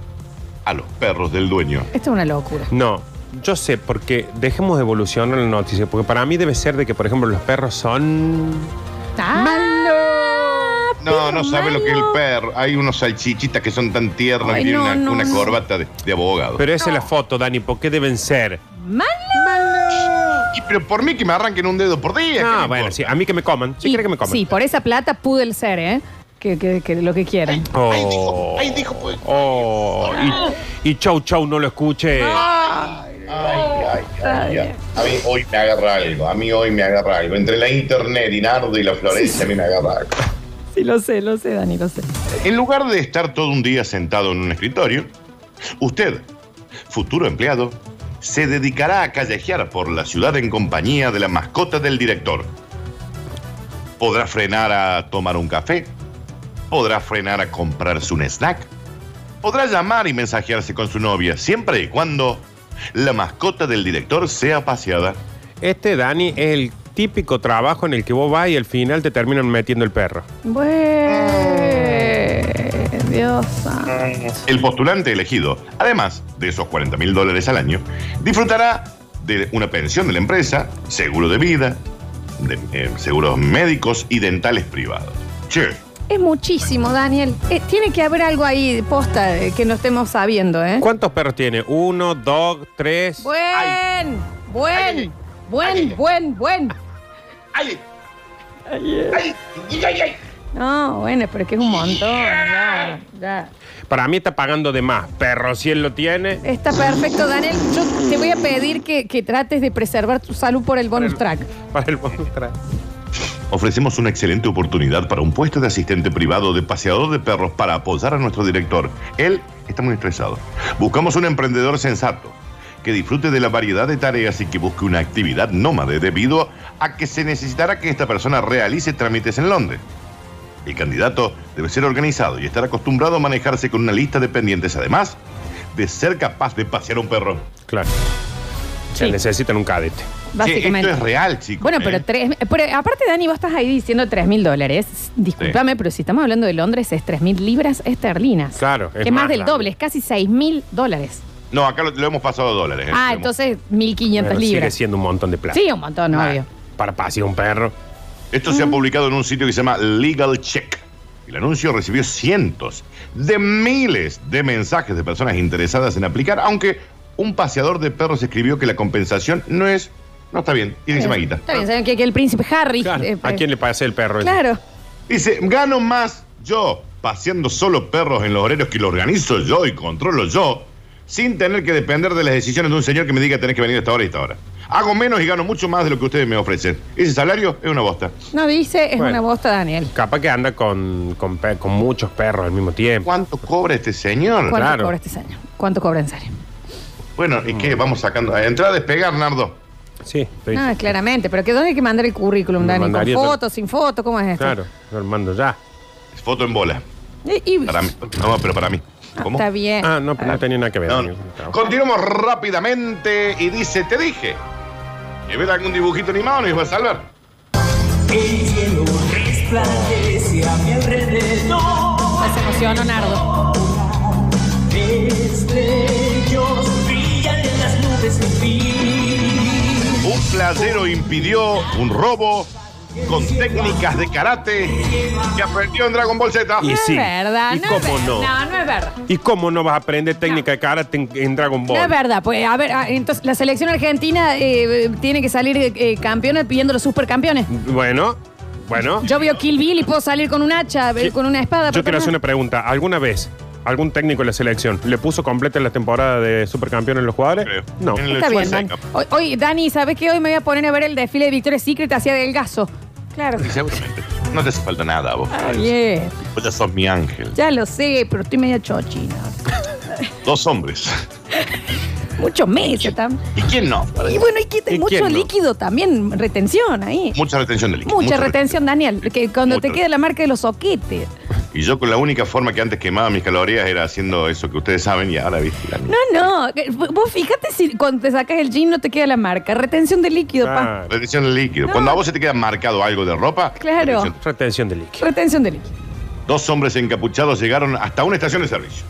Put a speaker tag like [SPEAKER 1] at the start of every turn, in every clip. [SPEAKER 1] a los perros del dueño.
[SPEAKER 2] Esto es una locura.
[SPEAKER 3] No, yo sé, porque dejemos de evolucionar la noticia, porque para mí debe ser de que, por ejemplo, los perros son.
[SPEAKER 2] Ah,
[SPEAKER 1] No, no sabe lo que es el
[SPEAKER 2] malo.
[SPEAKER 1] perro. Hay unos salchichitas que son tan tiernos
[SPEAKER 2] Ay,
[SPEAKER 1] que tienen
[SPEAKER 2] no,
[SPEAKER 1] una,
[SPEAKER 2] no,
[SPEAKER 1] una
[SPEAKER 2] no.
[SPEAKER 1] corbata de, de abogado.
[SPEAKER 3] Pero esa es la foto, Dani, ¿por qué deben ser?
[SPEAKER 1] Y- pero por mí que me arranquen un dedo por día. ¿qué
[SPEAKER 3] Ah,
[SPEAKER 1] me
[SPEAKER 3] bueno,
[SPEAKER 1] importa?
[SPEAKER 3] sí, a mí que me coman. Sí,
[SPEAKER 2] Y-
[SPEAKER 3] quiere que me coman.
[SPEAKER 2] Sí, por esa plata pude el ser, ¿eh? Que, que- que lo que quieran.
[SPEAKER 3] Oh.
[SPEAKER 1] Ahí dijo, ahí dijo, pues.
[SPEAKER 3] Oh, y, y Chau Chau no lo escuche.
[SPEAKER 1] Ay, ay, ay. A mí hoy me agarra algo, a mí hoy me agarra algo. Entre la internet y Nardo y la Florencia, a mí me agarra algo.
[SPEAKER 4] Sí, lo sé, lo sé, Dani, lo sé.
[SPEAKER 1] En lugar de estar todo un día sentado en un escritorio, usted, futuro empleado, se dedicará a callejear por la ciudad en compañía de la mascota del director. Podrá frenar a tomar un café, podrá frenar a comprarse un snack, podrá llamar y mensajearse con su novia, siempre y cuando la mascota del director sea paseada.
[SPEAKER 3] Este, Dani, es el típico trabajo en el que vos vas y al final te terminan metiendo el perro.
[SPEAKER 2] Bueno, Dios santo.
[SPEAKER 1] El postulante elegido, además de esos 40 mil dólares al año, disfrutará de una pensión de la empresa, seguro de vida, de, eh, seguros médicos y dentales privados. Che,
[SPEAKER 2] Es muchísimo, Daniel. Eh, tiene que haber algo ahí posta eh, que no estemos sabiendo, ¿eh?
[SPEAKER 3] ¿Cuántos perros tiene? ¿Uno, dos, tres?
[SPEAKER 2] Buen, buen,
[SPEAKER 1] Ay.
[SPEAKER 2] buen,
[SPEAKER 1] Ay.
[SPEAKER 2] buen, buen.
[SPEAKER 1] ¡Ay! ¡Ay! ¡Ay! ¡Ay! ay!
[SPEAKER 2] No, bueno, pero es que es un montón. Ya, ya.
[SPEAKER 3] Para mí está pagando de más. Perro, si él lo tiene.
[SPEAKER 2] Está perfecto, Daniel. Yo te voy a pedir que, que trates de preservar tu salud por el bonus track.
[SPEAKER 3] Para el contra.
[SPEAKER 1] Ofrecemos una excelente oportunidad para un puesto de asistente privado de paseador de perros para apoyar a nuestro director. Él está muy estresado. Buscamos un emprendedor sensato que disfrute de la variedad de tareas y que busque una actividad nómade debido a que se necesitará que esta persona realice trámites en Londres. El candidato debe ser organizado y estar acostumbrado a manejarse con una lista de pendientes, además de ser capaz de pasear a un perro.
[SPEAKER 3] Claro. Se
[SPEAKER 2] Sí.
[SPEAKER 3] necesitan un cadete.
[SPEAKER 1] Che,
[SPEAKER 2] Básicamente.
[SPEAKER 1] esto es real, chicos.
[SPEAKER 2] Bueno, pero
[SPEAKER 1] ¿eh?
[SPEAKER 2] tres. Pero aparte, Dani, vos estás ahí diciendo tres mil dólares. Discúlpame, pero si estamos hablando de Londres, es tres mil libras esterlinas.
[SPEAKER 3] Claro, es
[SPEAKER 2] Que más,
[SPEAKER 3] más,
[SPEAKER 2] del
[SPEAKER 3] Dani.
[SPEAKER 2] doble, es casi seis mil dólares.
[SPEAKER 1] No, acá lo, lo hemos pasado a dólares. ¿eh? Lo
[SPEAKER 2] Ah,
[SPEAKER 1] hemos-
[SPEAKER 2] entonces mil quinientas
[SPEAKER 3] Pero Sigue
[SPEAKER 2] libras.
[SPEAKER 3] siendo un montón de plata.
[SPEAKER 2] Sí, un montón,
[SPEAKER 3] Ah,
[SPEAKER 2] obvio.
[SPEAKER 3] Para pasear un perro.
[SPEAKER 1] Esto se ha publicado en un sitio que se llama Legal Check. El anuncio recibió cientos de miles de mensajes de personas interesadas en aplicar, aunque un paseador de perros escribió que la compensación no es, no está bien, y dice Maguita.
[SPEAKER 2] Está bien, saben que, que el príncipe Harry.
[SPEAKER 3] Claro.
[SPEAKER 2] eh,
[SPEAKER 3] ¿A quién le pasea el perro?
[SPEAKER 2] Claro.
[SPEAKER 1] Dice, gano más yo paseando solo perros en los horarios que lo organizo yo y controlo yo, sin tener que depender de las decisiones de un señor que me diga tenés que venir a esta hora y a esta hora. Hago menos y gano mucho más de lo que ustedes me ofrecen. Ese salario es una bosta.
[SPEAKER 2] No dice, es
[SPEAKER 3] Bueno.
[SPEAKER 2] una bosta, Daniel.
[SPEAKER 3] Capaz que anda con, con, pe- con muchos perros al mismo tiempo.
[SPEAKER 1] ¿Cuánto cobra este señor?
[SPEAKER 2] ¿Cuánto
[SPEAKER 3] Claro.
[SPEAKER 2] cobra este año? ¿Cuánto cobra en serio?
[SPEAKER 1] Bueno, es que vamos sacando. Entrar a despegar, Nardo.
[SPEAKER 3] Sí, estoy-
[SPEAKER 2] No, Ah, claramente. Pero que dónde hay que mandar el currículum,
[SPEAKER 3] Me
[SPEAKER 2] Dani? ¿Con
[SPEAKER 3] mandaría-
[SPEAKER 2] fotos, sin foto? ¿Cómo es esto?
[SPEAKER 3] claro, lo mando ya.
[SPEAKER 1] Foto en bola.
[SPEAKER 2] Y, y-
[SPEAKER 1] Para mí. No, pero para mí.
[SPEAKER 2] Ah,
[SPEAKER 1] ¿Cómo?
[SPEAKER 2] Está bien.
[SPEAKER 3] Ah, no, pero no tenía nada que ver.
[SPEAKER 1] No,
[SPEAKER 3] Dani,
[SPEAKER 1] no.
[SPEAKER 3] con el trabajo.
[SPEAKER 1] Continuamos rápidamente y dice, te dije. Que ver algún dibujito animado nos iba a salvar.
[SPEAKER 2] Ah, Se emocionó Nardo.
[SPEAKER 1] Un playero impidió un robo con técnicas de karate que aprendió en Dragon Ball Z.
[SPEAKER 3] Y
[SPEAKER 2] No
[SPEAKER 3] sí.
[SPEAKER 2] es verdad.
[SPEAKER 3] ¿Y
[SPEAKER 2] no es
[SPEAKER 3] cómo
[SPEAKER 2] ver-
[SPEAKER 3] no?
[SPEAKER 2] No, no es verdad.
[SPEAKER 3] ¿Y cómo no vas a aprender técnica de karate en, en Dragon
[SPEAKER 2] No es
[SPEAKER 3] Ball?
[SPEAKER 2] verdad, pues a ver, ah, entonces la selección argentina eh, tiene que salir eh, campeona pidiendo los supercampeones.
[SPEAKER 3] Bueno, bueno.
[SPEAKER 2] Yo veo Kill Bill y puedo salir con un hacha, eh,
[SPEAKER 3] Sí.
[SPEAKER 2] con una espada.
[SPEAKER 3] Yo
[SPEAKER 2] pero-
[SPEAKER 3] quiero hacer una pregunta. ¿Alguna vez algún técnico de la selección le puso completa la temporada de supercampeón en los jugadores?
[SPEAKER 1] Creo.
[SPEAKER 3] No.
[SPEAKER 1] En el
[SPEAKER 2] Está bien,
[SPEAKER 1] 86,
[SPEAKER 2] Dani. Hoy, hoy, Dani, ¿sabes qué? Hoy me voy a poner a ver el desfile de Victoria's Secret hacia Delgazo. Claro.
[SPEAKER 1] Y seguramente. No te hace falta nada, vos.
[SPEAKER 2] Está bien.
[SPEAKER 1] Vos ya sos mi ángel.
[SPEAKER 2] Ya lo sé, pero estoy media chochina.
[SPEAKER 1] Dos hombres.
[SPEAKER 2] Muchos meses también.
[SPEAKER 1] ¿Y quién no?
[SPEAKER 2] Y bueno, y que
[SPEAKER 3] ¿Y
[SPEAKER 2] mucho
[SPEAKER 3] quién no?
[SPEAKER 2] líquido también, retención ahí.
[SPEAKER 1] Mucha retención de líquido.
[SPEAKER 2] Mucha retención, Daniel. Que cuando te
[SPEAKER 1] Mucha.
[SPEAKER 2] quede la marca de los soquetes.
[SPEAKER 1] Y yo con la única forma que antes quemaba mis calorías era haciendo eso que ustedes saben y ahora viste la mía.
[SPEAKER 2] No, no. que- Vos fíjate si cuando te sacas el jean no te queda la marca. Retención de líquido, pa.
[SPEAKER 3] Ah,
[SPEAKER 1] Retención de líquido.
[SPEAKER 2] No.
[SPEAKER 1] Cuando a vos se te queda marcado algo de ropa.
[SPEAKER 2] Claro.
[SPEAKER 1] retención.
[SPEAKER 3] retención de líquido.
[SPEAKER 2] Retención de líquido.
[SPEAKER 1] Dos hombres encapuchados llegaron hasta una estación de servicio.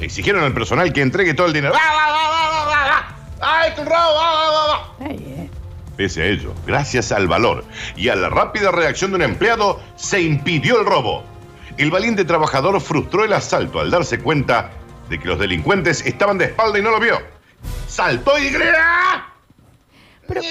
[SPEAKER 1] Exigieron al personal que entregue todo el dinero. ¡Ah, va, va, va, va, va, va! ¡Ah, es un robo! ¡Ah, va, va, va!
[SPEAKER 2] Está bien.
[SPEAKER 1] Pese a ello, gracias al valor y a la rápida reacción de un empleado, se impidió el robo. El valiente trabajador frustró el asalto al darse cuenta de que los delincuentes estaban de espalda y no lo vio. Saltó y ¡Ah!
[SPEAKER 2] Pero-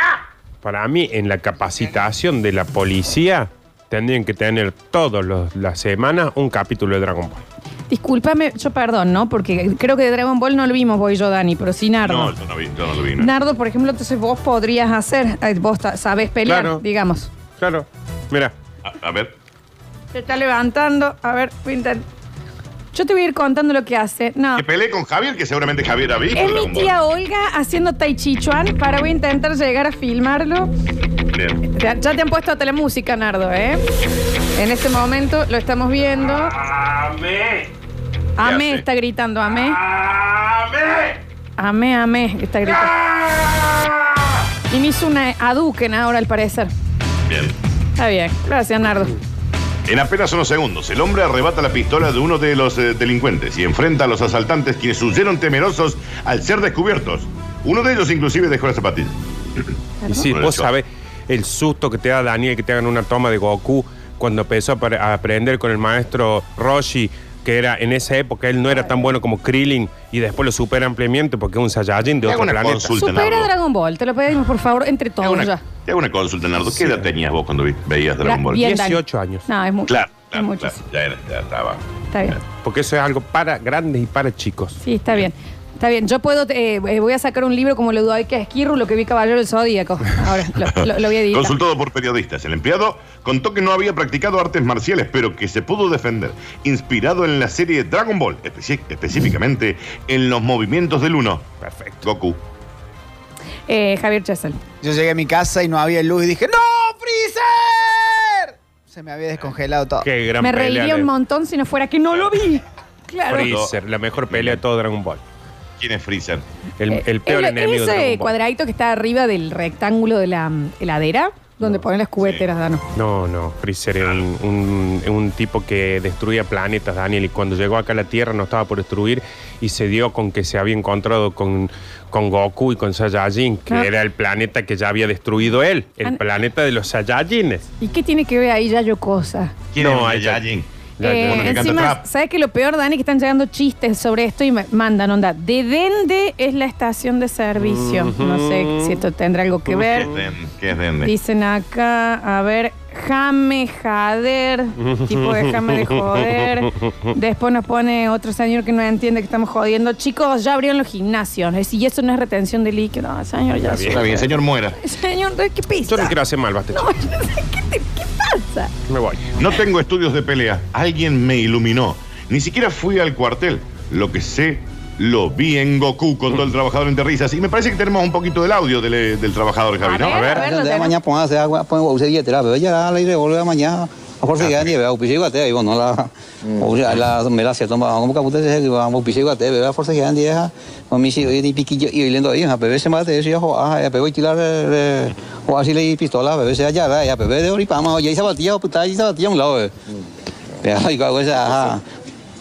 [SPEAKER 1] ¡Ah!
[SPEAKER 3] Para mí, en la capacitación de la policía, tendrían que tener todas las semanas un capítulo de Dragon Ball.
[SPEAKER 2] Discúlpame, yo perdón, ¿no? Porque creo que de Dragon Ball no lo vimos, voy yo, Dani, pero sí Nardo.
[SPEAKER 1] No, yo no, vi- yo no lo vi. no.
[SPEAKER 2] Nardo, por ejemplo, entonces vos podrías hacer, eh, vos ta- sabés pelear,
[SPEAKER 3] Claro.
[SPEAKER 2] digamos.
[SPEAKER 3] Claro. Mira,
[SPEAKER 1] A, a ver,
[SPEAKER 2] Se está levantando, a ver, pintan. Yo te voy a ir contando lo que hace. No.
[SPEAKER 1] que peleé con Javier, que seguramente Javier ha visto.
[SPEAKER 2] Ah. Es mi
[SPEAKER 1] Dragon Ball.
[SPEAKER 2] tía Olga haciendo Tai Chi Chuan para voy a intentar llegar a filmarlo.
[SPEAKER 1] Bien.
[SPEAKER 2] Ya, ya te han puesto hasta la música, Nardo, ¿eh? En este momento lo estamos viendo. Amé
[SPEAKER 1] hace?
[SPEAKER 2] está gritando, amé. Amé, amé, está gritando. Y me hizo una aduquen ahora, al parecer.
[SPEAKER 1] Bien.
[SPEAKER 2] Está bien. Gracias, Nardo.
[SPEAKER 1] En apenas unos segundos, el hombre arrebata la pistola de uno de los eh, delincuentes y enfrenta a los asaltantes quienes huyeron temerosos al ser descubiertos. Uno de ellos inclusive dejó la zapatilla.
[SPEAKER 3] y si
[SPEAKER 1] Bueno,
[SPEAKER 3] vos
[SPEAKER 1] yo-
[SPEAKER 3] sabés el susto que te da Daniel que te hagan una toma de Goku cuando empezó a apre- a aprender con el maestro Roshi, que era en esa época él no era tan bueno como Krillin y después lo supera ampliamente porque es un Saiyajin de
[SPEAKER 1] Te
[SPEAKER 3] otro
[SPEAKER 1] hago una
[SPEAKER 3] planeta.
[SPEAKER 1] consulta. Sultan
[SPEAKER 2] Supera
[SPEAKER 1] Nardo.
[SPEAKER 2] Dragon Ball, te lo pedimos por favor entre
[SPEAKER 1] Te hago
[SPEAKER 2] todos
[SPEAKER 1] una,
[SPEAKER 2] ya.
[SPEAKER 1] te hago una consulta, Nardo. ¿Qué edad tenías vos cuando vi- veías Dragon Ball?
[SPEAKER 2] Bien, Dani.
[SPEAKER 3] 18 años.
[SPEAKER 2] No, es mucho.
[SPEAKER 1] Claro,
[SPEAKER 2] es
[SPEAKER 1] claro,
[SPEAKER 2] muchísimo.
[SPEAKER 1] claro. Ya, era, ya estaba.
[SPEAKER 2] Está bien.
[SPEAKER 3] Porque eso es algo para grandes y para chicos.
[SPEAKER 2] Sí, está bien. Está bien, yo puedo, eh, eh, voy a sacar un libro como lo de Doike Esquirru, lo que vi Caballero del Zodíaco. Ahora, lo, lo- lo voy a editar.
[SPEAKER 1] Consultado por periodistas, el empleado contó que no había practicado artes marciales, pero que se pudo defender, inspirado en la serie Dragon Ball, espe- específicamente en los movimientos del uno.
[SPEAKER 3] Perfecto.
[SPEAKER 1] Goku.
[SPEAKER 2] Eh, Javier Chesel.
[SPEAKER 5] Yo llegué a mi casa y no había luz y dije, ¡No, Freezer! Se me había descongelado todo.
[SPEAKER 3] Qué gran
[SPEAKER 2] Me
[SPEAKER 3] pelea
[SPEAKER 2] reiría
[SPEAKER 3] de
[SPEAKER 2] un montón si no fuera que no lo vi. Claro.
[SPEAKER 3] Freezer, la mejor pelea de todo Dragon Ball.
[SPEAKER 1] ¿Quién es Freezer?
[SPEAKER 3] El,
[SPEAKER 2] Eh,
[SPEAKER 3] el peor
[SPEAKER 2] el-
[SPEAKER 3] enemigo de
[SPEAKER 2] Ese
[SPEAKER 3] Dragon Ball.
[SPEAKER 2] cuadradito que está arriba del rectángulo de la mm, heladera, donde ponen las cubeteras, Dano.
[SPEAKER 3] No, no, Freezer era un, un- un tipo que destruía planetas, Daniel, y cuando llegó acá a la Tierra no estaba por destruir y se dio con que se había encontrado con, con Goku y con Saiyajin, que
[SPEAKER 2] Ah.
[SPEAKER 3] era el planeta que ya había destruido él, el
[SPEAKER 2] Ah.
[SPEAKER 3] planeta de los Saiyajines.
[SPEAKER 2] ¿Y qué tiene que ver ahí Yayo Cosa?
[SPEAKER 1] ¿Quién
[SPEAKER 3] No,
[SPEAKER 1] es
[SPEAKER 3] ahí está.
[SPEAKER 1] Saiyajin?
[SPEAKER 3] Ya,
[SPEAKER 2] Eh,
[SPEAKER 3] ya, uno que canta
[SPEAKER 2] encima,
[SPEAKER 1] trap.
[SPEAKER 2] ¿sabes que lo peor, Dani? Que están llegando chistes sobre esto y me mandan onda. ¿De dónde es la estación de servicio? No sé si esto tendrá algo que
[SPEAKER 1] ¿Qué
[SPEAKER 2] ver.
[SPEAKER 1] es Den- ¿Qué es Dende?
[SPEAKER 2] Dicen acá, a ver, Jame Jader, tipo de Jame de joder. Después nos pone otro señor que no entiende que estamos jodiendo. Chicos, ya abrieron los gimnasios. Es decir, eso no es retención de líquido. No, señor, ya.
[SPEAKER 1] Está bien, señor Muera.
[SPEAKER 2] Señor, ¿qué pisa?
[SPEAKER 3] Yo no quiero hacer mal, basta,
[SPEAKER 2] No, yo no sé, ¿qué, te- qué pasa?
[SPEAKER 3] chicos. Me voy.
[SPEAKER 1] No tengo estudios de pelea. Alguien me iluminó. Ni siquiera fui al cuartel. Lo que sé, lo vi en Goku con todo
[SPEAKER 2] Mm.
[SPEAKER 1] el trabajador entre risas. Y me parece que tenemos un poquito del audio del, del trabajador, Javi, ¿no?
[SPEAKER 2] A ver.
[SPEAKER 6] Entonces,
[SPEAKER 2] lo
[SPEAKER 6] de
[SPEAKER 2] tenemos.
[SPEAKER 6] mañana póngase agua, ponga usted billetera, pero ya la iré volver mañana. A fuerza que ni vea, o piché guate, y bueno, la, o sea, la, me la se toma, como que usted se que vamos, piché guate, pero a fuerza que ni vea, o mi si, y ni piquillo, y lendo ahí, a bebé se mate, eso, y ojo, ah, a bebé tirar, o así le pistola, a bebé se hallará, y a bebé de oripama, o ya se batía, o puta, y se batía a un lado, eh. Pero, y cuando ajá.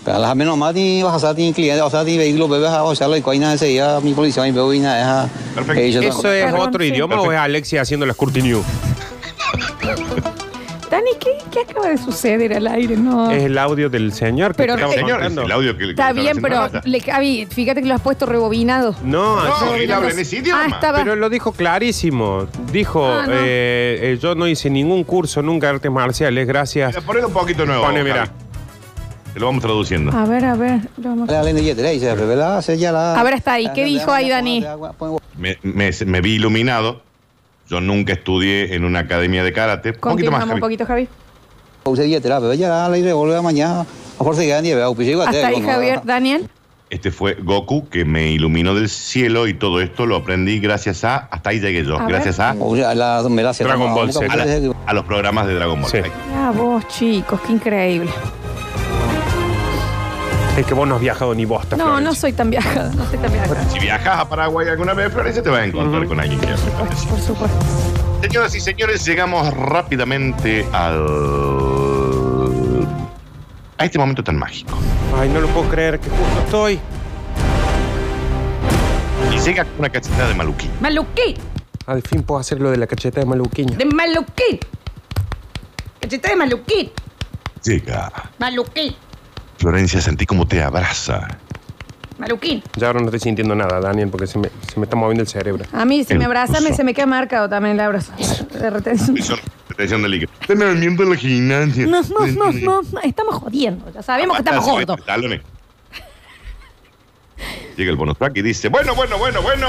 [SPEAKER 6] Pero a las menos más ni vas a ser ni cliente, o sea, ni vehículo, bebé, o sea, la coina ese día, mi policía, mi bebé, y nada,
[SPEAKER 1] Perfecto.
[SPEAKER 3] ¿Eso es
[SPEAKER 2] Perdón,
[SPEAKER 3] otro
[SPEAKER 2] sí.
[SPEAKER 3] idioma o es Alexia haciendo las Curti News?
[SPEAKER 2] Dani, ¿qué, qué acaba de suceder al aire? No.
[SPEAKER 3] Es el audio del señor que
[SPEAKER 2] Pero-
[SPEAKER 3] te estaba
[SPEAKER 2] Eh,
[SPEAKER 1] Señor, es
[SPEAKER 3] contando.
[SPEAKER 1] este, el audio que
[SPEAKER 2] Está bien, pero le, Javi, fíjate que lo has puesto rebobinado.
[SPEAKER 3] No, así-
[SPEAKER 1] No, y habla en ese idioma.
[SPEAKER 2] Ah, estaba.
[SPEAKER 3] Pero lo dijo clarísimo. Dijo,
[SPEAKER 2] Ah, no.
[SPEAKER 3] eh, eh, yo no hice ningún curso nunca de artes marciales, gracias.
[SPEAKER 1] Eh, Ponelo un poquito nuevo.
[SPEAKER 3] Pone, mira.
[SPEAKER 1] Javi. Te lo vamos traduciendo.
[SPEAKER 2] A ver, a ver. lo vamos a-
[SPEAKER 6] La ley de billetes, ahí se revela, se ya la-
[SPEAKER 2] A ver, hasta ahí. ¿Qué
[SPEAKER 6] la-
[SPEAKER 2] dijo ahí, Dani?
[SPEAKER 1] Me, me- me vi iluminado. Yo nunca estudié en una academia de karate. Un poquito más,
[SPEAKER 2] Continuamos un
[SPEAKER 1] Javi.
[SPEAKER 2] poquito, Javi.
[SPEAKER 6] Puse billetera, pero ya la ley de volver mañana. A fuerza que Dani, vea, pues, igual,
[SPEAKER 2] Hasta
[SPEAKER 6] eh,
[SPEAKER 2] ahí,
[SPEAKER 6] como-
[SPEAKER 2] Javier. Daniel.
[SPEAKER 1] Este fue Goku que me iluminó del cielo y todo esto lo aprendí gracias a. Hasta ahí llegué yo.
[SPEAKER 2] A ver.
[SPEAKER 1] gracias a,
[SPEAKER 6] O sea, la me la se
[SPEAKER 3] Dragon
[SPEAKER 6] toma,
[SPEAKER 3] Ball
[SPEAKER 6] nunca
[SPEAKER 3] Z.
[SPEAKER 1] a,
[SPEAKER 6] puse
[SPEAKER 1] la-
[SPEAKER 6] ese-
[SPEAKER 1] a los programas de Dragon Ball.
[SPEAKER 3] Sí.
[SPEAKER 1] Ahí.
[SPEAKER 2] Ah, vos, chicos, qué increíble.
[SPEAKER 3] Es que vos no has viajado ni bosta.
[SPEAKER 2] No, no soy tan viajada, no soy tan viajada.
[SPEAKER 1] Si viajas a Paraguay alguna vez, Florencia, te vas a encontrar con alguien que hace karate.
[SPEAKER 2] Por supuesto.
[SPEAKER 1] Señoras y señores, llegamos rápidamente al. a este momento tan mágico.
[SPEAKER 3] Ay, no lo puedo creer, que justo estoy.
[SPEAKER 1] Y llega con una cachetada de maluquín.
[SPEAKER 2] Maluquí,
[SPEAKER 3] Al fin puedo hacer lo de la cacheta de maluquiño.
[SPEAKER 2] de Maluquí. Cacheta de Maluquí,
[SPEAKER 1] Llega.
[SPEAKER 2] Maluquí,
[SPEAKER 1] Florencia, sentí como te abraza.
[SPEAKER 2] Maluquí.
[SPEAKER 3] Ya ahora no estoy sintiendo nada, Daniel, porque se me, se me está moviendo el cerebro.
[SPEAKER 2] A mí, si
[SPEAKER 1] El
[SPEAKER 2] me abrazan, me-
[SPEAKER 1] ruso.
[SPEAKER 2] se me queda marcado también el abrazo. De retención.
[SPEAKER 1] Son Presión de líquido. Entrenamiento en la gimnasia.
[SPEAKER 2] No, no, no, no, no, estamos jodiendo, ya sabemos que estamos
[SPEAKER 1] Basta,
[SPEAKER 2] gordos.
[SPEAKER 1] talones. Llega el bonus track y dice, bueno, bueno, bueno, bueno.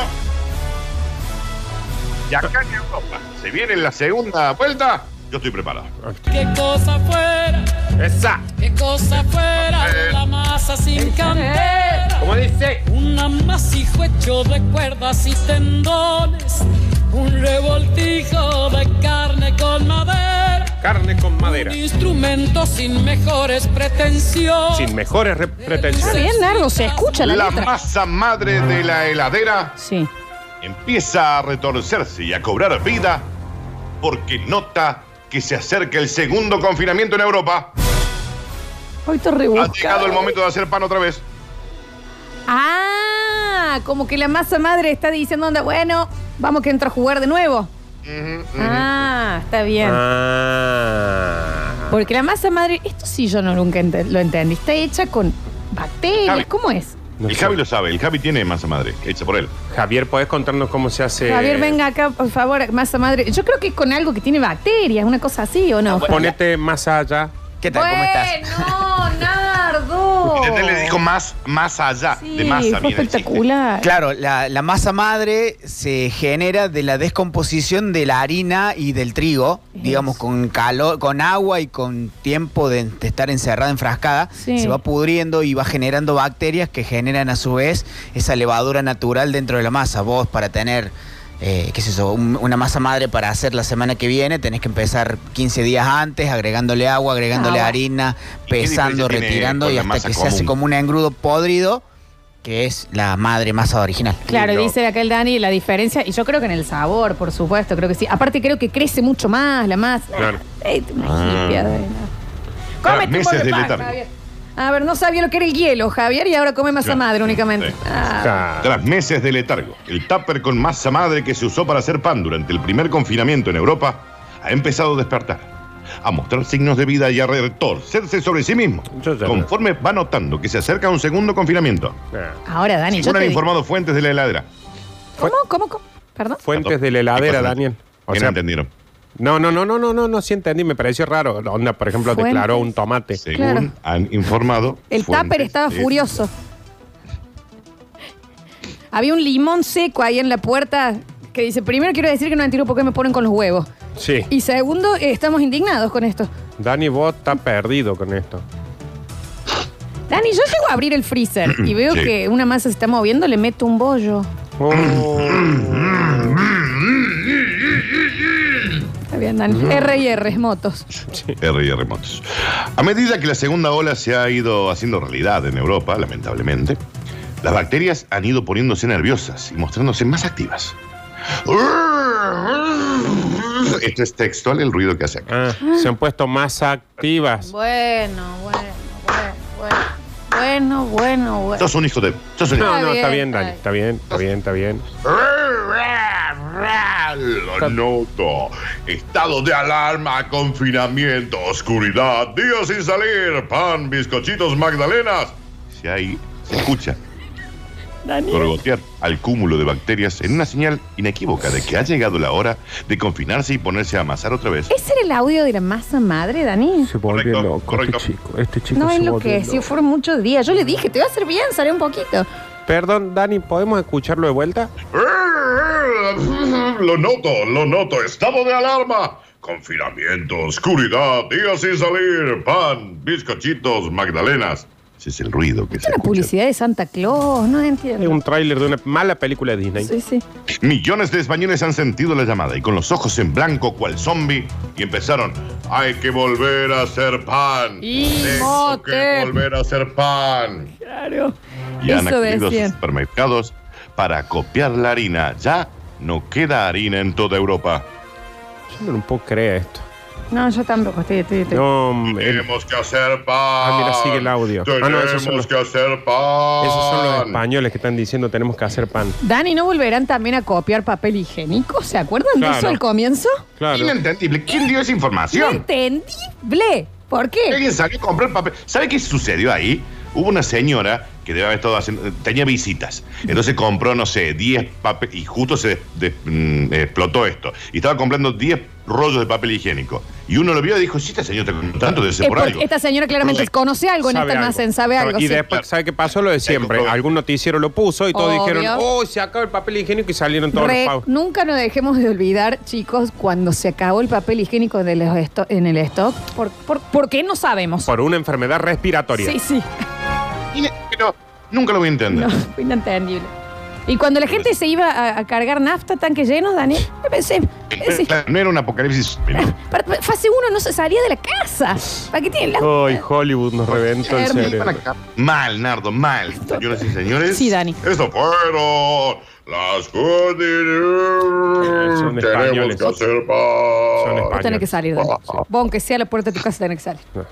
[SPEAKER 1] Y acá en Europa se viene la segunda vuelta. Yo estoy preparado.
[SPEAKER 7] Qué cosa fuera,
[SPEAKER 3] Esa.
[SPEAKER 7] qué cosa fuera, la masa sin cantera.
[SPEAKER 3] Como dice.
[SPEAKER 7] Un amasijo hecho de cuerdas y tendones. Un revoltijo de carne con madera.
[SPEAKER 3] Carne con madera.
[SPEAKER 7] Un instrumento sin mejores pretensiones.
[SPEAKER 3] Sin mejores re-
[SPEAKER 2] Está
[SPEAKER 3] pretensiones.
[SPEAKER 2] bien largo, se escucha la,
[SPEAKER 1] La
[SPEAKER 2] letra.
[SPEAKER 1] masa madre de la heladera
[SPEAKER 2] Sí.
[SPEAKER 1] empieza a retorcerse y a cobrar vida porque nota que se acerca el segundo confinamiento en Europa.
[SPEAKER 2] Hoy te
[SPEAKER 1] Ha llegado el momento de hacer pan otra vez.
[SPEAKER 2] Ah, como que la masa madre está diciendo, onda, bueno, vamos que entro a jugar de nuevo. Ah, está bien.
[SPEAKER 3] Ah.
[SPEAKER 2] Porque la masa madre, esto sí yo no nunca ente- lo entendí, está hecha con
[SPEAKER 1] Javi.
[SPEAKER 2] bacterias, ¿cómo es?
[SPEAKER 3] No
[SPEAKER 1] el
[SPEAKER 3] sé.
[SPEAKER 1] Javi lo sabe, el Javi tiene masa madre, hecha por él.
[SPEAKER 3] Javier, ¿podés contarnos cómo se hace?
[SPEAKER 2] Javier, venga acá, por favor, masa madre. Yo creo que es con algo que tiene bacterias, una cosa así, ¿o no?
[SPEAKER 3] Ponete más allá.
[SPEAKER 5] ¿Qué tal? ¿Cómo estás?
[SPEAKER 2] No, Nardo.
[SPEAKER 1] Y le dijo más, más allá
[SPEAKER 2] Oh. Sí,
[SPEAKER 1] de masa.
[SPEAKER 2] fue
[SPEAKER 1] viene el chiste.
[SPEAKER 2] espectacular.
[SPEAKER 5] Claro, la, la masa madre se genera de la descomposición de la harina y del trigo,
[SPEAKER 2] Es.
[SPEAKER 5] digamos, con calor, con agua y con tiempo de, de estar encerrada, enfrascada,
[SPEAKER 2] Sí.
[SPEAKER 5] se va pudriendo y va generando bacterias que generan a su vez esa levadura natural dentro de la masa. Vos para tener, eh, qué sé yo, un- una masa madre para hacer la semana que viene, tenés que empezar 15 días antes, agregándole agua, agregándole
[SPEAKER 2] Ah.
[SPEAKER 1] ¿Y
[SPEAKER 5] harina,
[SPEAKER 1] qué
[SPEAKER 5] pesando,
[SPEAKER 1] diferencia tiene
[SPEAKER 5] retirando
[SPEAKER 1] con
[SPEAKER 5] y
[SPEAKER 1] la
[SPEAKER 5] hasta
[SPEAKER 1] masa
[SPEAKER 5] que se hace
[SPEAKER 1] común?
[SPEAKER 5] como un engrudo podrido que es la madre masa original.
[SPEAKER 2] Claro,
[SPEAKER 3] Lindo.
[SPEAKER 2] dice acá el Dani la diferencia, y yo creo que en el sabor, por supuesto, creo que sí. Aparte creo que crece mucho más la masa.
[SPEAKER 3] Claro.
[SPEAKER 2] Eh, una
[SPEAKER 1] Ah.
[SPEAKER 2] hippie, Adriana.
[SPEAKER 1] Claro,
[SPEAKER 2] Cómete un
[SPEAKER 1] meses
[SPEAKER 2] bol de
[SPEAKER 1] de
[SPEAKER 2] pan,
[SPEAKER 1] letargo.
[SPEAKER 2] Javier. A ver, no sabía lo que era el hielo, Javier, y ahora come masa
[SPEAKER 1] Claro,
[SPEAKER 2] madre
[SPEAKER 1] sí,
[SPEAKER 2] únicamente.
[SPEAKER 1] sí.
[SPEAKER 2] Ah.
[SPEAKER 3] Ah.
[SPEAKER 1] Tras meses de letargo, el tupper con masa madre que se usó para hacer pan durante el primer confinamiento en Europa ha empezado a despertar, a mostrar signos de vida y a retorcerse sobre sí mismo,
[SPEAKER 3] Yo ya-
[SPEAKER 1] conforme va notando que se acerca un segundo confinamiento.
[SPEAKER 3] Ah.
[SPEAKER 2] Ahora, Dani, yo
[SPEAKER 1] Según
[SPEAKER 2] te
[SPEAKER 1] han
[SPEAKER 2] digo-
[SPEAKER 1] informado fuentes de la heladera.
[SPEAKER 2] ¿Cómo? ¿Cómo? ¿Cómo? ¿Perdón?
[SPEAKER 3] Fuentes de la heladera, Daniel. O
[SPEAKER 1] ¿Quién
[SPEAKER 3] sea,
[SPEAKER 1] entendieron?
[SPEAKER 3] no, no, no, no, no, no, no, sí entendí, me pareció raro. La onda, por ejemplo,
[SPEAKER 2] Fuentes.
[SPEAKER 3] declaró un tomate.
[SPEAKER 1] Según
[SPEAKER 2] claro.
[SPEAKER 1] han informado.
[SPEAKER 2] El
[SPEAKER 1] fuentes
[SPEAKER 2] tupper estaba
[SPEAKER 1] de-
[SPEAKER 2] furioso. Había un limón seco ahí en la puerta que dice, primero quiero decir que no entiendo por qué me ponen con los huevos.
[SPEAKER 3] Sí.
[SPEAKER 2] Y segundo, eh, estamos indignados con esto.
[SPEAKER 3] Dani, vos estás perdido con esto.
[SPEAKER 2] Dani, yo llego a abrir el freezer y veo
[SPEAKER 1] Sí.
[SPEAKER 2] que una masa se está moviendo, le meto un bollo.
[SPEAKER 3] Oh.
[SPEAKER 2] Está bien, Dani. R y R, motos.
[SPEAKER 1] R y R motos. A medida que la segunda ola se ha ido haciendo realidad en Europa, lamentablemente, las bacterias han ido poniéndose nerviosas y mostrándose más activas. Esto es textual el ruido que hace acá.
[SPEAKER 3] Ah, se han puesto más activas.
[SPEAKER 2] Bueno, bueno, bueno, bueno, bueno, bueno.
[SPEAKER 1] Sos un hijo de. Sos un hijo
[SPEAKER 3] No, no,
[SPEAKER 2] Está
[SPEAKER 3] está
[SPEAKER 2] bien,
[SPEAKER 3] bien, Dani. Está bien, está bien, está bien.
[SPEAKER 1] Lo noto. Estado de alarma, confinamiento, oscuridad, días sin salir, pan, bizcochitos, magdalenas. Si ahí se escucha gorgotear al cúmulo de bacterias en una señal inequívoca de que ha llegado la hora de confinarse y ponerse a amasar otra vez.
[SPEAKER 2] ¿Ese era el audio de la masa madre, Dani?
[SPEAKER 3] Se volvió
[SPEAKER 1] Correcto,
[SPEAKER 3] loco
[SPEAKER 1] correcto.
[SPEAKER 3] este chico. Este chico
[SPEAKER 2] No
[SPEAKER 3] se
[SPEAKER 2] es lo
[SPEAKER 3] volvió
[SPEAKER 2] que si
[SPEAKER 3] loco.
[SPEAKER 2] fueron muchos días. Yo le dije, te va a hacer bien, sale un poquito.
[SPEAKER 3] Perdón, Dani, ¿podemos escucharlo de vuelta?
[SPEAKER 1] Lo noto, lo noto. Estado de alarma. Confinamiento, oscuridad, días sin salir, pan, bizcochitos, magdalenas. Ese es el ruido que se
[SPEAKER 2] Es una
[SPEAKER 1] escucha.
[SPEAKER 2] publicidad de Santa Claus, no
[SPEAKER 3] Es
[SPEAKER 2] entiendo.
[SPEAKER 3] un tráiler de una mala película de Disney.
[SPEAKER 2] Sí, sí.
[SPEAKER 1] Millones de españoles han sentido la llamada y con los ojos en blanco cual zombie y empezaron, hay que volver a hacer pan.
[SPEAKER 2] Y
[SPEAKER 1] Tengo que
[SPEAKER 2] mote.
[SPEAKER 1] volver a hacer pan.
[SPEAKER 2] Claro.
[SPEAKER 1] y han
[SPEAKER 2] Eso
[SPEAKER 1] adquirido sus
[SPEAKER 2] decían.
[SPEAKER 1] supermercados para copiar la harina. Ya no queda harina en toda Europa.
[SPEAKER 3] Yo no lo puedo creer esto.
[SPEAKER 2] No, yo tampoco estoy, estoy, estoy.
[SPEAKER 3] No, hombre.
[SPEAKER 1] Tenemos que hacer pan.
[SPEAKER 3] Ah, mira, sigue el audio. Ah,
[SPEAKER 1] Tenemos
[SPEAKER 3] no, esos son los-
[SPEAKER 1] que hacer pan.
[SPEAKER 3] Esos son los españoles que están diciendo tenemos que hacer pan.
[SPEAKER 2] Dani, ¿no volverán también a copiar papel higiénico? ¿Se acuerdan de eso
[SPEAKER 3] Claro.
[SPEAKER 2] al comienzo?
[SPEAKER 3] Claro.
[SPEAKER 1] Inentendible. ¿Quién dio esa
[SPEAKER 2] No
[SPEAKER 1] información?
[SPEAKER 2] entendible. ¿Por qué?
[SPEAKER 1] Alguien salió a comprar papel. ¿Sabe qué sucedió ahí? Hubo una señora que debe haber estado haciendo, tenía visitas. Entonces compró, no sé, 10 papeles, y justo se des- des- mm, explotó esto. Y estaba comprando 10 rollos de papel higiénico. Y uno lo vio y dijo, sí, este señor está comprando tanto, debe ser
[SPEAKER 2] Es
[SPEAKER 1] por
[SPEAKER 2] porque
[SPEAKER 1] algo.
[SPEAKER 2] Esta señora claramente
[SPEAKER 1] Sí.
[SPEAKER 2] conoce algo en
[SPEAKER 3] Sabe
[SPEAKER 2] esta
[SPEAKER 3] algo.
[SPEAKER 2] almacén, este sabe algo.
[SPEAKER 3] Y
[SPEAKER 2] sí.
[SPEAKER 3] después, ¿sabe qué pasó? Lo de siempre.
[SPEAKER 1] comprobado.
[SPEAKER 3] Algún noticiero lo puso y todos
[SPEAKER 2] Obvio.
[SPEAKER 3] dijeron, oh, se acaba el papel higiénico y salieron todos
[SPEAKER 2] Re-
[SPEAKER 3] los pavos.
[SPEAKER 2] nunca nos dejemos de olvidar, chicos, cuando se acabó el papel higiénico de los esto- en el stock. ¿Por, por, por qué no sabemos?
[SPEAKER 3] Por una enfermedad respiratoria.
[SPEAKER 2] Sí, sí.
[SPEAKER 1] Y ne- pero nunca lo voy a entender.
[SPEAKER 2] No, fue inentendible. Y cuando la gente se iba a, a cargar nafta, tanques llenos, Daniel, yo pensé,
[SPEAKER 1] Pero,
[SPEAKER 2] pensé,
[SPEAKER 1] claro, no era un apocalipsis. ¿no?
[SPEAKER 2] para- para- fase uno no se salía de la casa. ¿Para qué tienen la...
[SPEAKER 3] Ay, Hollywood nos reventó el
[SPEAKER 2] Hermoso.
[SPEAKER 3] cerebro.
[SPEAKER 1] Mal, Nardo, mal. Señoras y señores.
[SPEAKER 2] Sí, Dani.
[SPEAKER 1] Eso fueron las
[SPEAKER 3] Eh, son
[SPEAKER 1] condiciones. Tenemos
[SPEAKER 3] españoles.
[SPEAKER 1] que hacer
[SPEAKER 3] Son
[SPEAKER 1] más.
[SPEAKER 3] españoles. Oh.
[SPEAKER 2] Vos tenés que salir, Dani. Vos, aunque sea la puerta de tu casa, tenés que salir.